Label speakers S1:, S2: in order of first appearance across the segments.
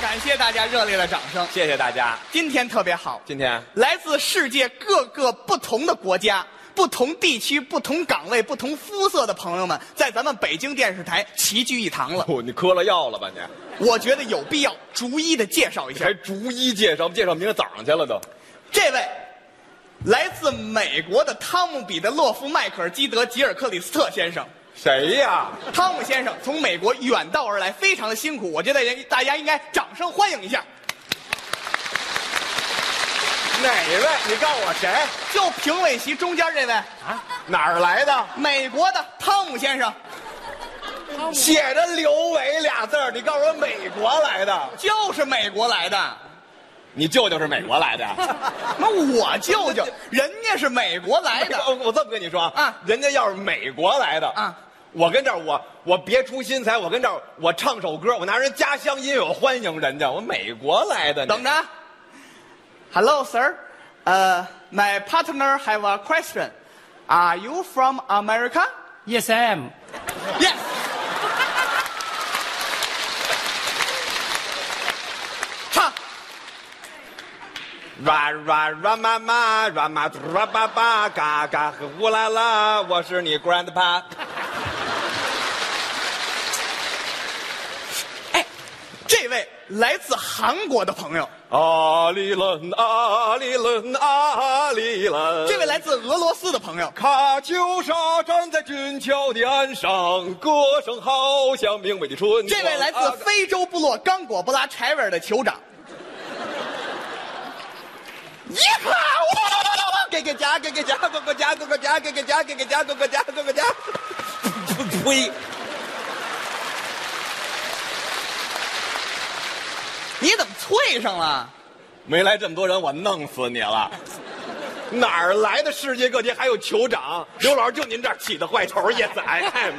S1: 感谢大家热烈的掌声。
S2: 谢谢大家。
S1: 今天特别好，
S2: 今天
S1: 来自世界各个不同的国家、不同地区、不同岗位、不同肤色的朋友们，在咱们北京电视台齐聚一堂了。
S2: 哦，你嗑了药了吧你？
S1: 我觉得有必要逐一的介绍一
S2: 你
S1: 下
S2: 还逐一介绍，介绍明天早上去了都。
S1: 这位。来自美国的汤姆·彼得洛夫·迈克尔基德·吉尔克里斯特先生，
S2: 谁呀？
S1: 汤姆先生从美国远道而来，非常的辛苦，我觉得人大家应该掌声欢迎一下。
S2: 哪位？你告诉我谁？啊
S1: 就评委席中间这位，
S2: 哪儿来的？
S1: 美国的汤姆先生，
S2: 写着刘伟俩字儿，你告诉我美国来的？
S1: 就是美国来的。
S2: 你舅舅是美国来的呀？
S1: 那我舅舅，人家是美国来
S2: 哎，
S1: 的，
S2: 我我这么跟你说
S1: 啊
S2: 人家要是美国来的
S1: 啊，
S2: 我跟这儿我我别出心裁，我跟这儿我唱首歌，我拿人家乡音乐我欢迎人家，我美国来的。
S1: 等着。啊。Hello, sir. 呃、m y partner have a question. Are you from America?
S3: Yes, I am.
S1: Yes. Ha.
S2: 哇哇哇妈妈，哇妈嘟哇爸爸，嘎嘎和呼啦啦，我是你 grandpa。
S1: 哎，这位来自韩国的朋友，
S2: 阿里伦阿里伦阿里伦，
S1: 这位来自俄罗斯的朋友，
S2: 喀秋莎站在俊俏的岸上，歌声好像明媚的春光。
S1: 这位来自非洲部落刚果布拉柴维尔的酋长。 你好，
S2: 给个家，给个家，给个家，给个家，给个家，给个家，给个家，给个家。呸！
S1: 你怎么脆上了？
S2: 没来这么多人，我弄死你了！哪儿来的世界各地还有酋长？刘老师，就您这儿起的坏头，yes I am。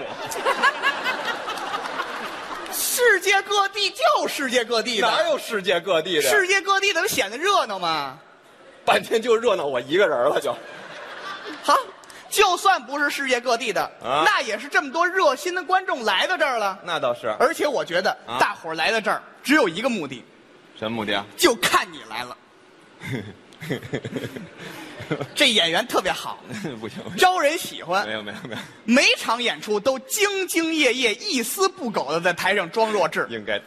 S1: 世界各地就世界各地
S2: 哪
S1: 的，
S2: 有世界各地的？
S1: 世界各地的不显得热闹吗？
S2: 半天就热闹我一个人了，就。
S1: 好，就算不是世界各地的，
S2: 啊
S1: 那也是这么多热心的观众来到这儿了。
S2: 那倒是。
S1: 而且我觉得
S2: 啊
S1: 大伙儿来到这儿只有一个目的，
S2: 什么目的啊？
S1: 就看你来了。这演员特别好，
S2: 不行，
S1: 招人喜欢
S2: 没。有没有没有，
S1: 每场演出都兢兢业业、一丝不苟的在台上装弱智，
S2: 应该。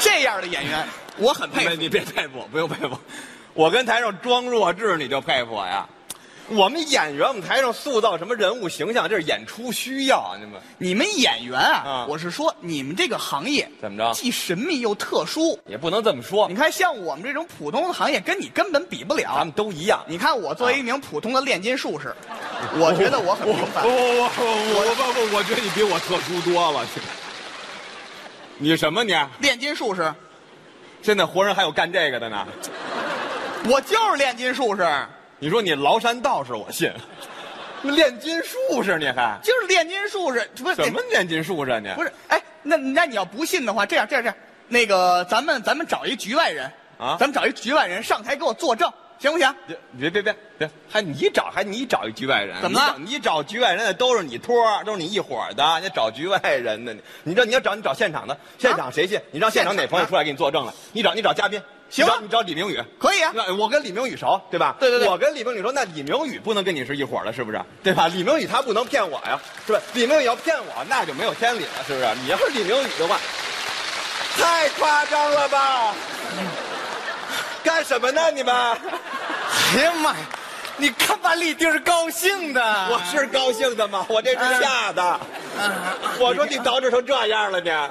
S1: 这样的演员我很佩
S2: 佩服
S1: 服。
S2: 你别佩服我，不用佩服，我跟台上装弱智，你就佩服我呀？我们演员，我们台上塑造什么人物形象，这是演出需要，啊你们
S1: 你们演员啊
S2: 啊，
S1: 我是说你们这个行业
S2: 怎么着
S1: 既神秘又特殊。
S2: 也不能这么说
S1: 你，看，像我们这种普通的行业，跟你根本比不
S2: 咱
S1: 了
S2: 们。啊都一样。
S1: 你看，我作为一名普通的炼金术士，我觉得我很平凡。
S2: 我我我我觉得你比我特殊多了。你什么你？啊
S1: 炼金术士，
S2: 现在活人还有干这个的呢？
S1: 我就是炼金术士，
S2: 你说你崂山道士，我信。炼金术士，你还
S1: 就是炼金术士。不是
S2: 什么炼金术士啊你？
S1: 不是，哎，那那你要不信的话，这样这样这样，那个咱们咱们找一局外人
S2: 啊
S1: 咱们找一局外人上台给我作证，行不行？
S2: 别别别别，还你找还你找一局外人？
S1: 怎么了
S2: 你找你找局外人的都是你托儿，都是你一伙儿的，你找局外人的，你你这你要找你找现场的，现场谁信？你让现场哪朋友出来给你作证来？你找你找嘉宾，
S1: 行
S2: 你
S1: 啊
S2: 找你找李明宇。
S1: 可以啊，
S2: 那我跟李明宇熟，对吧？
S1: 对对对
S2: 我跟李明宇说，那李明宇不能跟你是一伙儿的，是不是？对吧？李明宇他不能骗我呀，是吧？李明宇要骗我，那就没有天理了，是不是？你要是李明宇的话，太夸张了吧？干什么呢你们？
S3: 哎呀妈呀，你看把李丁儿高兴的。
S2: 我是高兴的吗？我这是吓的。我说你捯饬成这样了呢，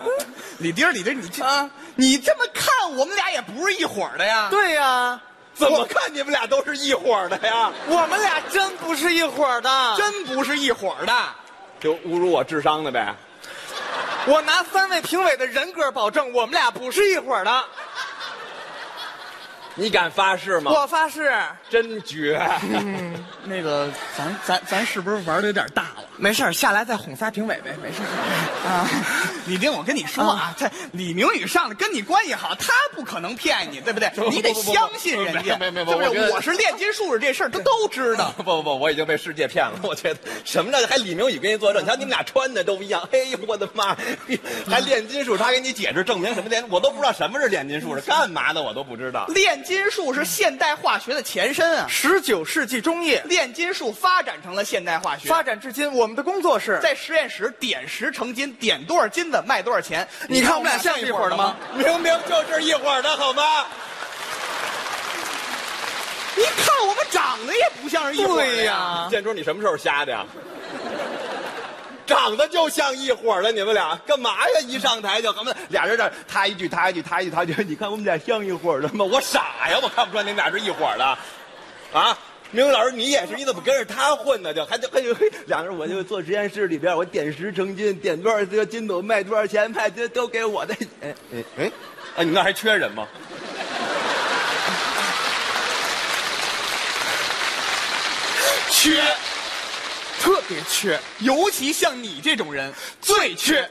S1: 李丁儿李丁儿，你这、
S3: 啊
S1: 你这么看，我们俩也不是一伙儿的呀。
S3: 对呀、
S2: 怎么看你们俩都是一伙儿的呀？
S3: 我们俩真不是一伙儿
S2: 啊
S3: 的。
S1: 真不是一伙儿的。
S2: 就侮辱我智商的呗。
S3: 我拿三位评委的人格保证，我们俩不是一伙儿的。
S2: 你敢发誓吗？
S3: 我发誓，
S2: 真绝！
S1: 那个，咱咱咱是不是玩的有点大了？
S3: 没事儿，下来再哄仨评委呗，没事儿。啊，
S1: 李丁，我跟你说啊，这李明宇上来跟你关系好，他不可能骗你，对不对？你得
S2: 不不不
S1: 相信人家，
S2: 没没
S1: 对
S2: 没
S1: 不
S2: 我觉
S1: 对？
S2: 得
S1: 我是炼金术士这事儿，他 都知道。
S2: 不不不，我已经被世界骗了。 我觉得什么叫还李明宇跟你作证？你瞧你们俩穿的都一样。 哎嘿呦，我的妈！还炼金术，他给你解释证明什么炼，我都不知道什么是炼金术是干嘛的，我都不知道。
S1: 炼金术是现代化学的前身啊，
S3: 十九世纪中叶
S1: 炼金术发展成了现代化学。
S3: 发展至今，我们的工作是
S1: 在实验室点石成金，点多少金子卖多少钱。
S3: 你看我们俩像一伙儿的吗？
S2: 明明就是一伙儿的好吗？
S1: 你看我们长得也不像是一伙儿的
S3: 对呀
S2: 建中，你什么时候瞎的呀？长得就像一伙儿的，你们俩干嘛呀？一上台就咱们俩人这儿他一句他一句他一句他一句，你看我们俩像一伙儿的吗？我傻呀，我看不出来你们俩是一伙儿的，啊！明明老师，你也是，你怎么跟着他混呢？就还就还就嘿，两个人我就坐实验室里边，我点石成金，点多少个金斗卖多少钱，卖这都给我的。哎哎哎，啊，你们那还缺人吗？
S1: 缺，特别缺，尤其像你这种人最缺。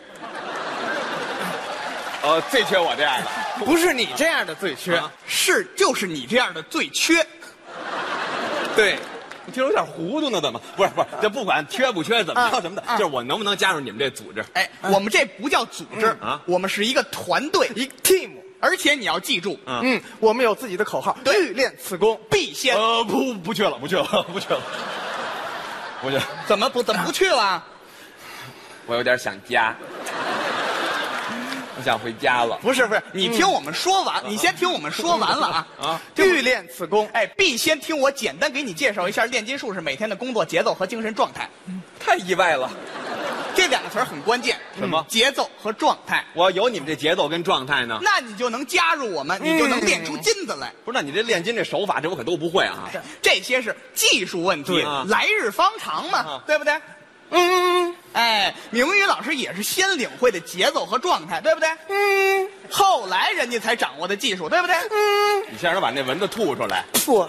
S2: 呃，最缺我这样的。
S3: 不是你这样的最缺？
S1: 啊是，就是你这样的最缺。
S2: 对，你听着有点糊涂呢，怎么？不是不是，这不管缺不缺，怎么着
S1: 啊
S2: 什么的，
S1: 啊
S2: 就是我能不能加入你们这组织？
S1: 哎，我们这不叫组织
S2: 嗯啊
S1: 我们是一个团队，
S3: 一 team，
S1: 而且你要记住，
S2: 啊
S3: 嗯，我们有自己的口号，
S1: 对啊
S3: 欲练此功。
S1: 必先
S2: 呃，不不去了，不去了，不去了，不去了。
S1: 怎么不怎么不去了？啊
S2: 我有点想家，我想回家了。
S1: 不是不是，你听我们说完，你先听我们说完了嗯 啊
S2: 啊！
S3: 欲练此功，
S1: 哎，必先听我简单给你介绍一下炼金术士每天的工作节奏和精神状态，
S2: 太意外了，
S1: 这两个词儿很关键。
S2: 什么
S1: 嗯节奏和状态？
S2: 我有你们这节奏跟状态呢。
S1: 那你就能加入我们，你就能练出金子来。
S2: 不是，那你这炼金这手法，这我可都不会啊。
S1: 这些是技术问题
S2: 对啊，
S1: 来日方长嘛
S2: 啊，
S1: 对不对？
S3: 嗯，
S1: 哎，明宇老师也是先领会的节奏和状态，对不对？嗯。后来人家才掌握的技术，对不对？嗯。
S2: 你先让他把那蚊子吐出来。
S3: 不，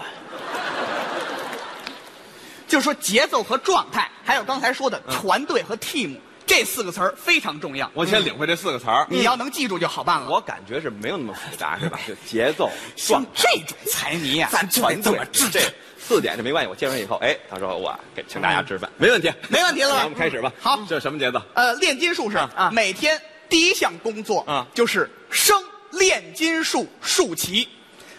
S1: 就说节奏和状态，还有刚才说的团队和 team 这四个词儿非常重要，
S2: 我先领会这四个词儿。
S1: 你要能记住就好办了。
S2: 我感觉是没有那么复杂，是吧？就 节奏、状
S1: 像这种财迷啊呀、
S2: 咱全这么治这四点这没关系，我介绍以后，哎，到时候我给请大家吃饭，没问题，
S1: 没问题了吧
S2: 那我们开始吧。
S1: 好
S2: 这什么节奏？
S1: 呃，炼金术士
S2: 啊
S1: 每天第一项工作
S2: 啊
S1: 就是升炼金术竖旗，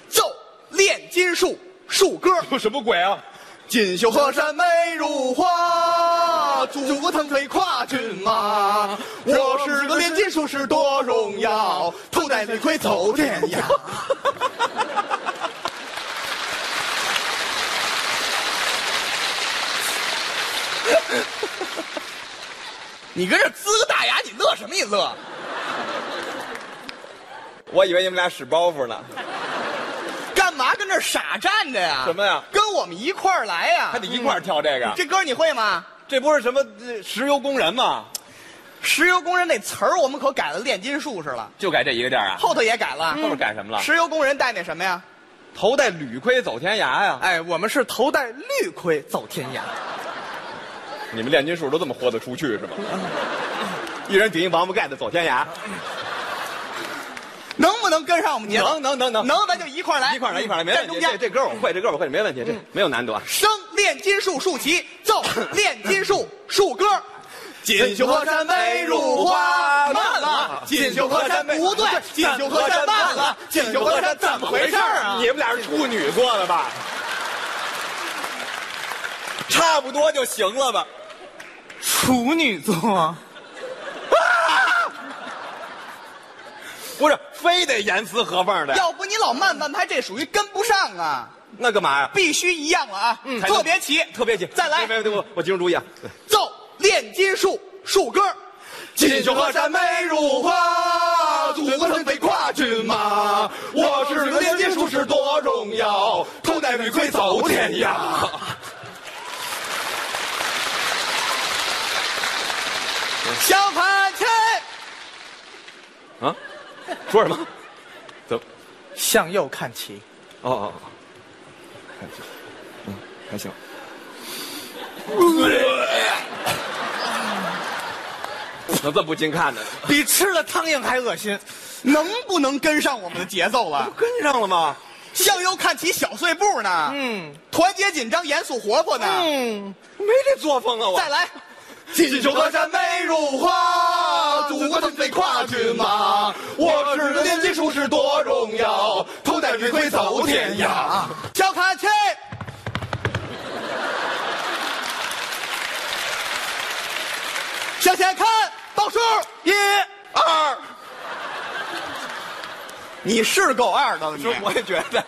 S1: 奏炼金术竖歌。
S2: 什么鬼啊？
S1: 锦绣河山美如画，祖国腾飞跨骏马。我是个炼金术士，多荣耀，头戴绿盔走天涯。 你跟这呲个大牙，你乐什么？你乐？
S2: 我以为你们俩使包袱呢，
S1: 干嘛跟这傻站着呀？
S2: 什么呀
S1: 跟我们一块儿来呀！
S2: 还得一块儿跳这个。
S1: 这歌你会吗？
S2: 这不是什么呃石油工人吗？
S1: 石油工人那词儿我们可改了炼金术士了，
S2: 就改这一个调啊？
S1: 后头也改了。
S2: 后面改什么了？
S1: 嗯石油工人戴那什么呀？
S2: 头戴铝盔走天涯呀！
S3: 哎，我们是头戴绿盔走天涯。
S2: 你们炼金术都这么豁得出去是吗？一人顶一王八盖子走天涯，
S1: 能不能跟上我们节奏？
S2: 能能能能
S1: 能，咱就一块儿来，
S2: 一块儿来一块儿来，没
S1: 站
S2: 问
S1: 中
S2: 题。这
S1: 间。
S2: 这歌我会，这歌我会，没问题，这没有难度啊。
S1: 升炼金术竖旗，奏炼金术竖歌。锦绣河山美如画，慢了。锦绣河山不对，锦绣河山慢了。锦绣河山怎么回事儿啊
S2: 你？们俩是处女座的吧？差不多就行了吧？
S3: 处女座，
S2: 不是，非得严丝合缝的，
S1: 要不你老慢半拍，这属于跟不上啊！
S2: 那干嘛呀？
S1: 必须一样了啊！
S2: 嗯才能
S1: 特别齐，
S2: 特别紧，
S1: 再来
S2: 别别别我我集中注意啊！
S1: 奏炼金术竖歌。
S2: 锦绣河山美如画，祖国腾飞跨骏马。我是个炼金术士，多荣耀，头戴绿盔走天涯。
S1: 小盘谦，
S2: 啊？说什么？走。
S3: 向右看齐。
S2: 哦哦哦，还行，嗯，还行。呃怎么不经看呢？
S3: 比吃了苍蝇还恶心。
S1: 能不能跟上我们的节奏了？
S2: 跟上了吗？
S1: 向右看齐，小碎步呢？
S3: 嗯
S1: 团结紧张，严肃活泼呢？
S3: 嗯，
S2: 没这作风啊！我
S1: 再来，
S2: 锦绣河山美如画，祖国腾飞跨骏马。我是个年轻术士多荣耀，头戴绿盔走天涯。
S1: 小卡切。向前看，倒数一二。你是够二的了，你
S2: 是，我也觉 得，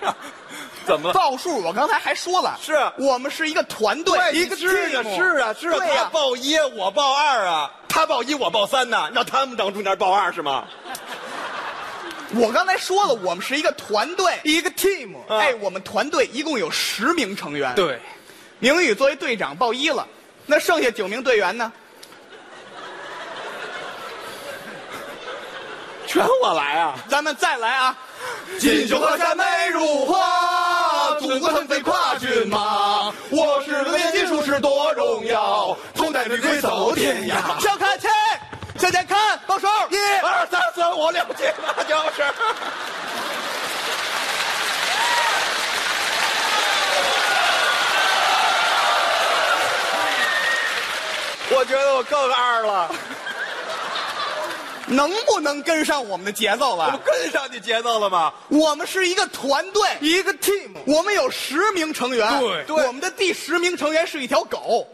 S2: 怎么了？
S1: 报数，我刚才还说了，
S2: 是
S1: 我们是一个团队，
S2: 一个是啊是啊是啊，
S1: 对
S2: 他
S1: 呀、
S2: 报一我报二啊，他报一我报三呐、让他们当中间报二是吗？
S1: 我刚才说了，我们是一个团队，
S3: 一个 team。
S2: 啊
S1: 哎，我们团队一共有十名成员，，
S3: 对，
S1: 明宇作为队长报一了，那剩下九名队员呢？
S2: 全我来啊！
S1: 咱们再来啊，
S2: 锦绣河山美如画，祖国腾飞跨骏马。我是个炼金术士多荣耀，头戴绿盔走天涯。
S1: 向看齐，向前看，报数一
S2: 二三四五六七八九十。我觉得我更二了，
S1: 能不能跟上我们的节奏
S2: 我
S1: 了
S2: 们？跟上你节奏了吗？
S1: 我们是一个团队，
S3: 一个 team。
S1: 我们有十名成员，
S3: 对
S1: 我们的第十名成员是一条狗，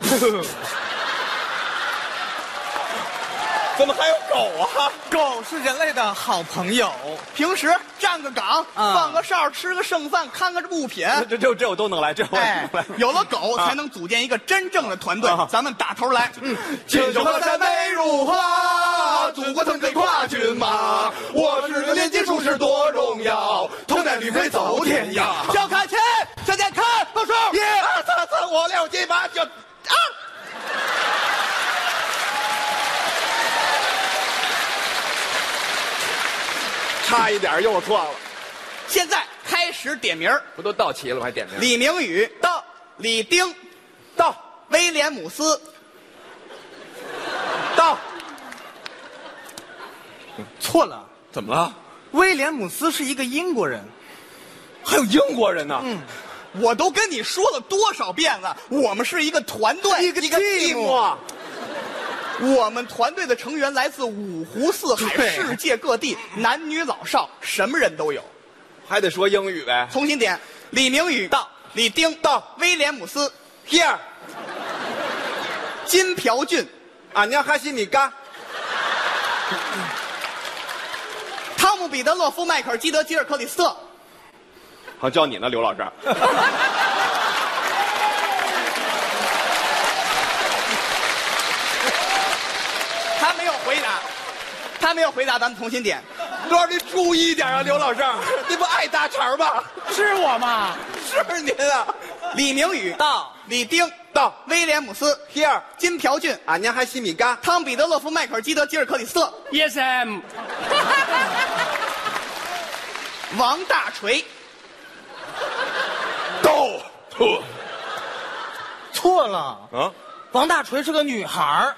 S2: 怎么还有狗啊？
S3: 狗是人类的好朋友。
S1: 平时站个岗，
S3: 啊
S1: 放个哨，吃个剩饭，看看这物品。
S2: 这这这我都能 来，这我都
S1: 哎
S2: 能来。，
S1: 有了狗才能组建一个真正的团队
S2: 啊。
S1: 咱们打头来，嗯，
S2: 锦绣河山美如画，祖国腾飞跨骏马。我是个炼金术士多荣耀，头戴绿盔走天涯。
S1: 小卡切，向前看，报数，
S2: 一二三四五六七八九，差一点又错了，
S1: 现在开始点名儿
S2: 不都到齐了吗？还点名？
S1: 李明宇到，李丁到，威廉姆斯
S2: 到，
S3: 错了，
S2: 怎么了？
S3: 威廉姆斯是一个英国人。
S2: 还有英国人呢？
S1: 我都跟你说了多少遍了，我们是一个团队，
S3: 一个 team
S1: 我们团队的成员来自五湖四海、
S3: 对
S1: 世界各地，男女老少，什么人都有。
S2: 还得说英语呗。
S1: 重新点，李明宇到，李丁到，威廉姆斯，
S2: Here，
S1: 金朴俊，
S2: 俺娘哈西米嘎，
S1: 汤姆·彼得勒夫、迈克尔·基德、吉尔·克里斯特。
S2: 好叫你呢，刘 老师。
S1: 他没有回答，他没有回答，咱们重新点。
S2: 刘老师，您注意点啊，刘老师，您不爱搭茬吗？
S3: 是我吗？
S2: 是您啊。
S1: 李明宇
S3: 到，
S1: 李丁
S2: 到，啊
S1: 威廉姆斯，
S2: Here，
S1: 金朴俊，
S2: 俺娘还西米嘎。
S1: 汤姆·彼得勒夫、迈克尔·基德、吉尔·克里斯特，
S4: Yes, I'm.
S1: 王大锤。
S2: 到，呵
S3: 错了，
S2: 啊，
S3: 王大锤是个女孩儿。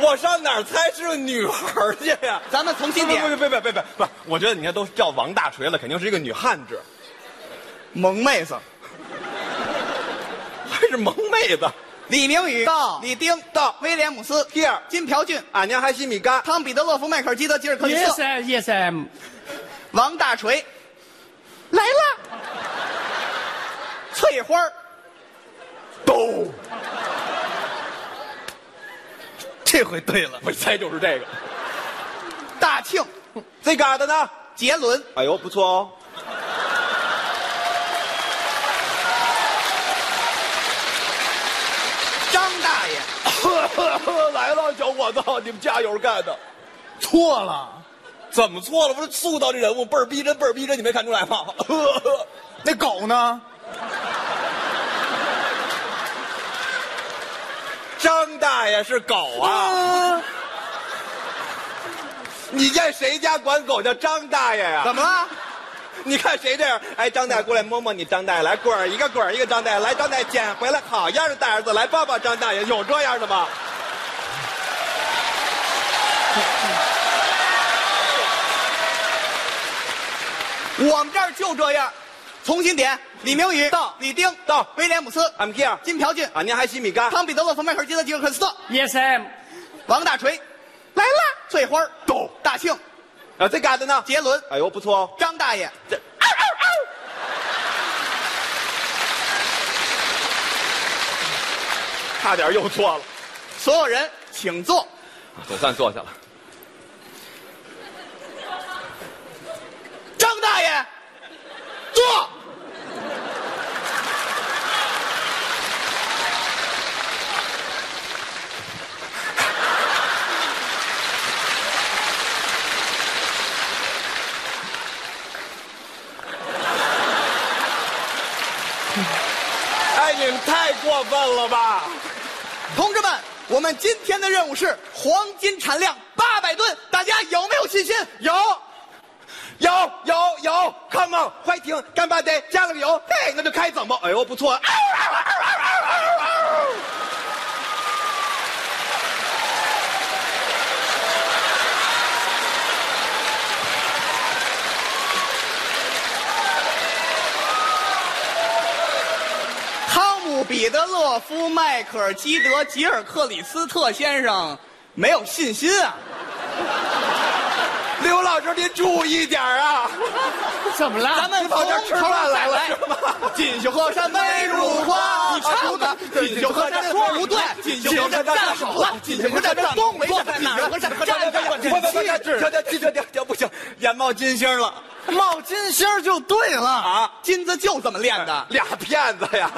S2: 我上哪儿猜是个女孩儿去呀？
S1: 咱们重
S2: 别
S1: 新
S2: 别
S1: 点，
S2: 别别别别不，我觉得你看都叫王大锤了，肯定是一个女汉子，
S1: 萌妹子。
S2: 还是萌妹子。
S1: 李明宇
S3: 到
S1: 李丁到，威廉姆斯
S2: 第二
S1: 金朴俊，
S2: 俺娘还西米嘎。
S1: 汤姆·彼得勒夫、迈克尔·基德、吉尔·克里斯
S4: Yes,
S1: 特，
S4: I, yes, I'm.
S1: 王大锤来了，翠花儿
S2: 都，
S3: 这回对了，
S2: 我一猜就是 这个。
S1: 大庆、
S2: 这嘎达呢？
S1: 杰伦、
S2: 哎呦，不错哦。
S1: 张大爷。
S2: 来了，小伙子，你们加油干的。
S3: 错了，
S2: 怎么错了？不是塑造这人物倍儿逼真，倍儿逼真，你没看出来吗？
S3: 那狗呢？
S2: 张大爷是狗啊！
S3: 啊，
S2: 你见谁家管狗叫张大爷呀、
S1: 怎么了？
S2: 你看谁这样？哎，张大过来摸摸你，张大来棍儿一个棍儿一个张大来，张大捡回来，好样的，大儿子来抱抱张大爷，有这样的吗？
S1: 我们这儿就这样。重新点，李明宇
S2: 到
S1: 李丁
S2: 到
S1: 威廉姆斯
S2: I'm here
S1: 金朴俊
S2: 啊，您还洗米缸？
S1: 汤彼得勒冯迈克尔基德吉尔克斯特
S4: Yes, I'm.
S1: 王大锤来啦，翠花到大庆
S2: 啊，这嘎达呢？
S1: 杰伦
S2: 哎呦，不错哦。
S1: 张大爷
S2: 这
S1: 嗷嗷嗷
S2: 差点又错了，
S1: 所有人请坐。
S2: 啊总算坐下了。
S1: 张大爷，坐。
S2: 哎，你们太过分了吧！
S1: 同志们，我们今天的任务是黄金产量八百吨，大家有没有信心？
S2: 有，有，有，有，Come on，快停，干巴爹，加了个油，嘿，那就开整吧。哎呦，不错。啊
S1: 汤姆·彼得勒夫·迈克尔基德·吉尔克里斯特先生没有信心啊！
S2: 刘老师，您注意点啊！
S4: 怎么了？
S1: 咱们
S2: 跑这儿吃饭来了是吗
S1: 锦绣河山美如画，
S2: 你唱的
S1: 锦绣河山说不对，锦绣河山站好了，锦绣河山站动没站哪儿了？站站站
S2: 停停停停停停，不行，眼冒金星了
S1: 冒金星就对了
S2: 啊
S1: 金子就这么练的。
S2: 俩骗子呀！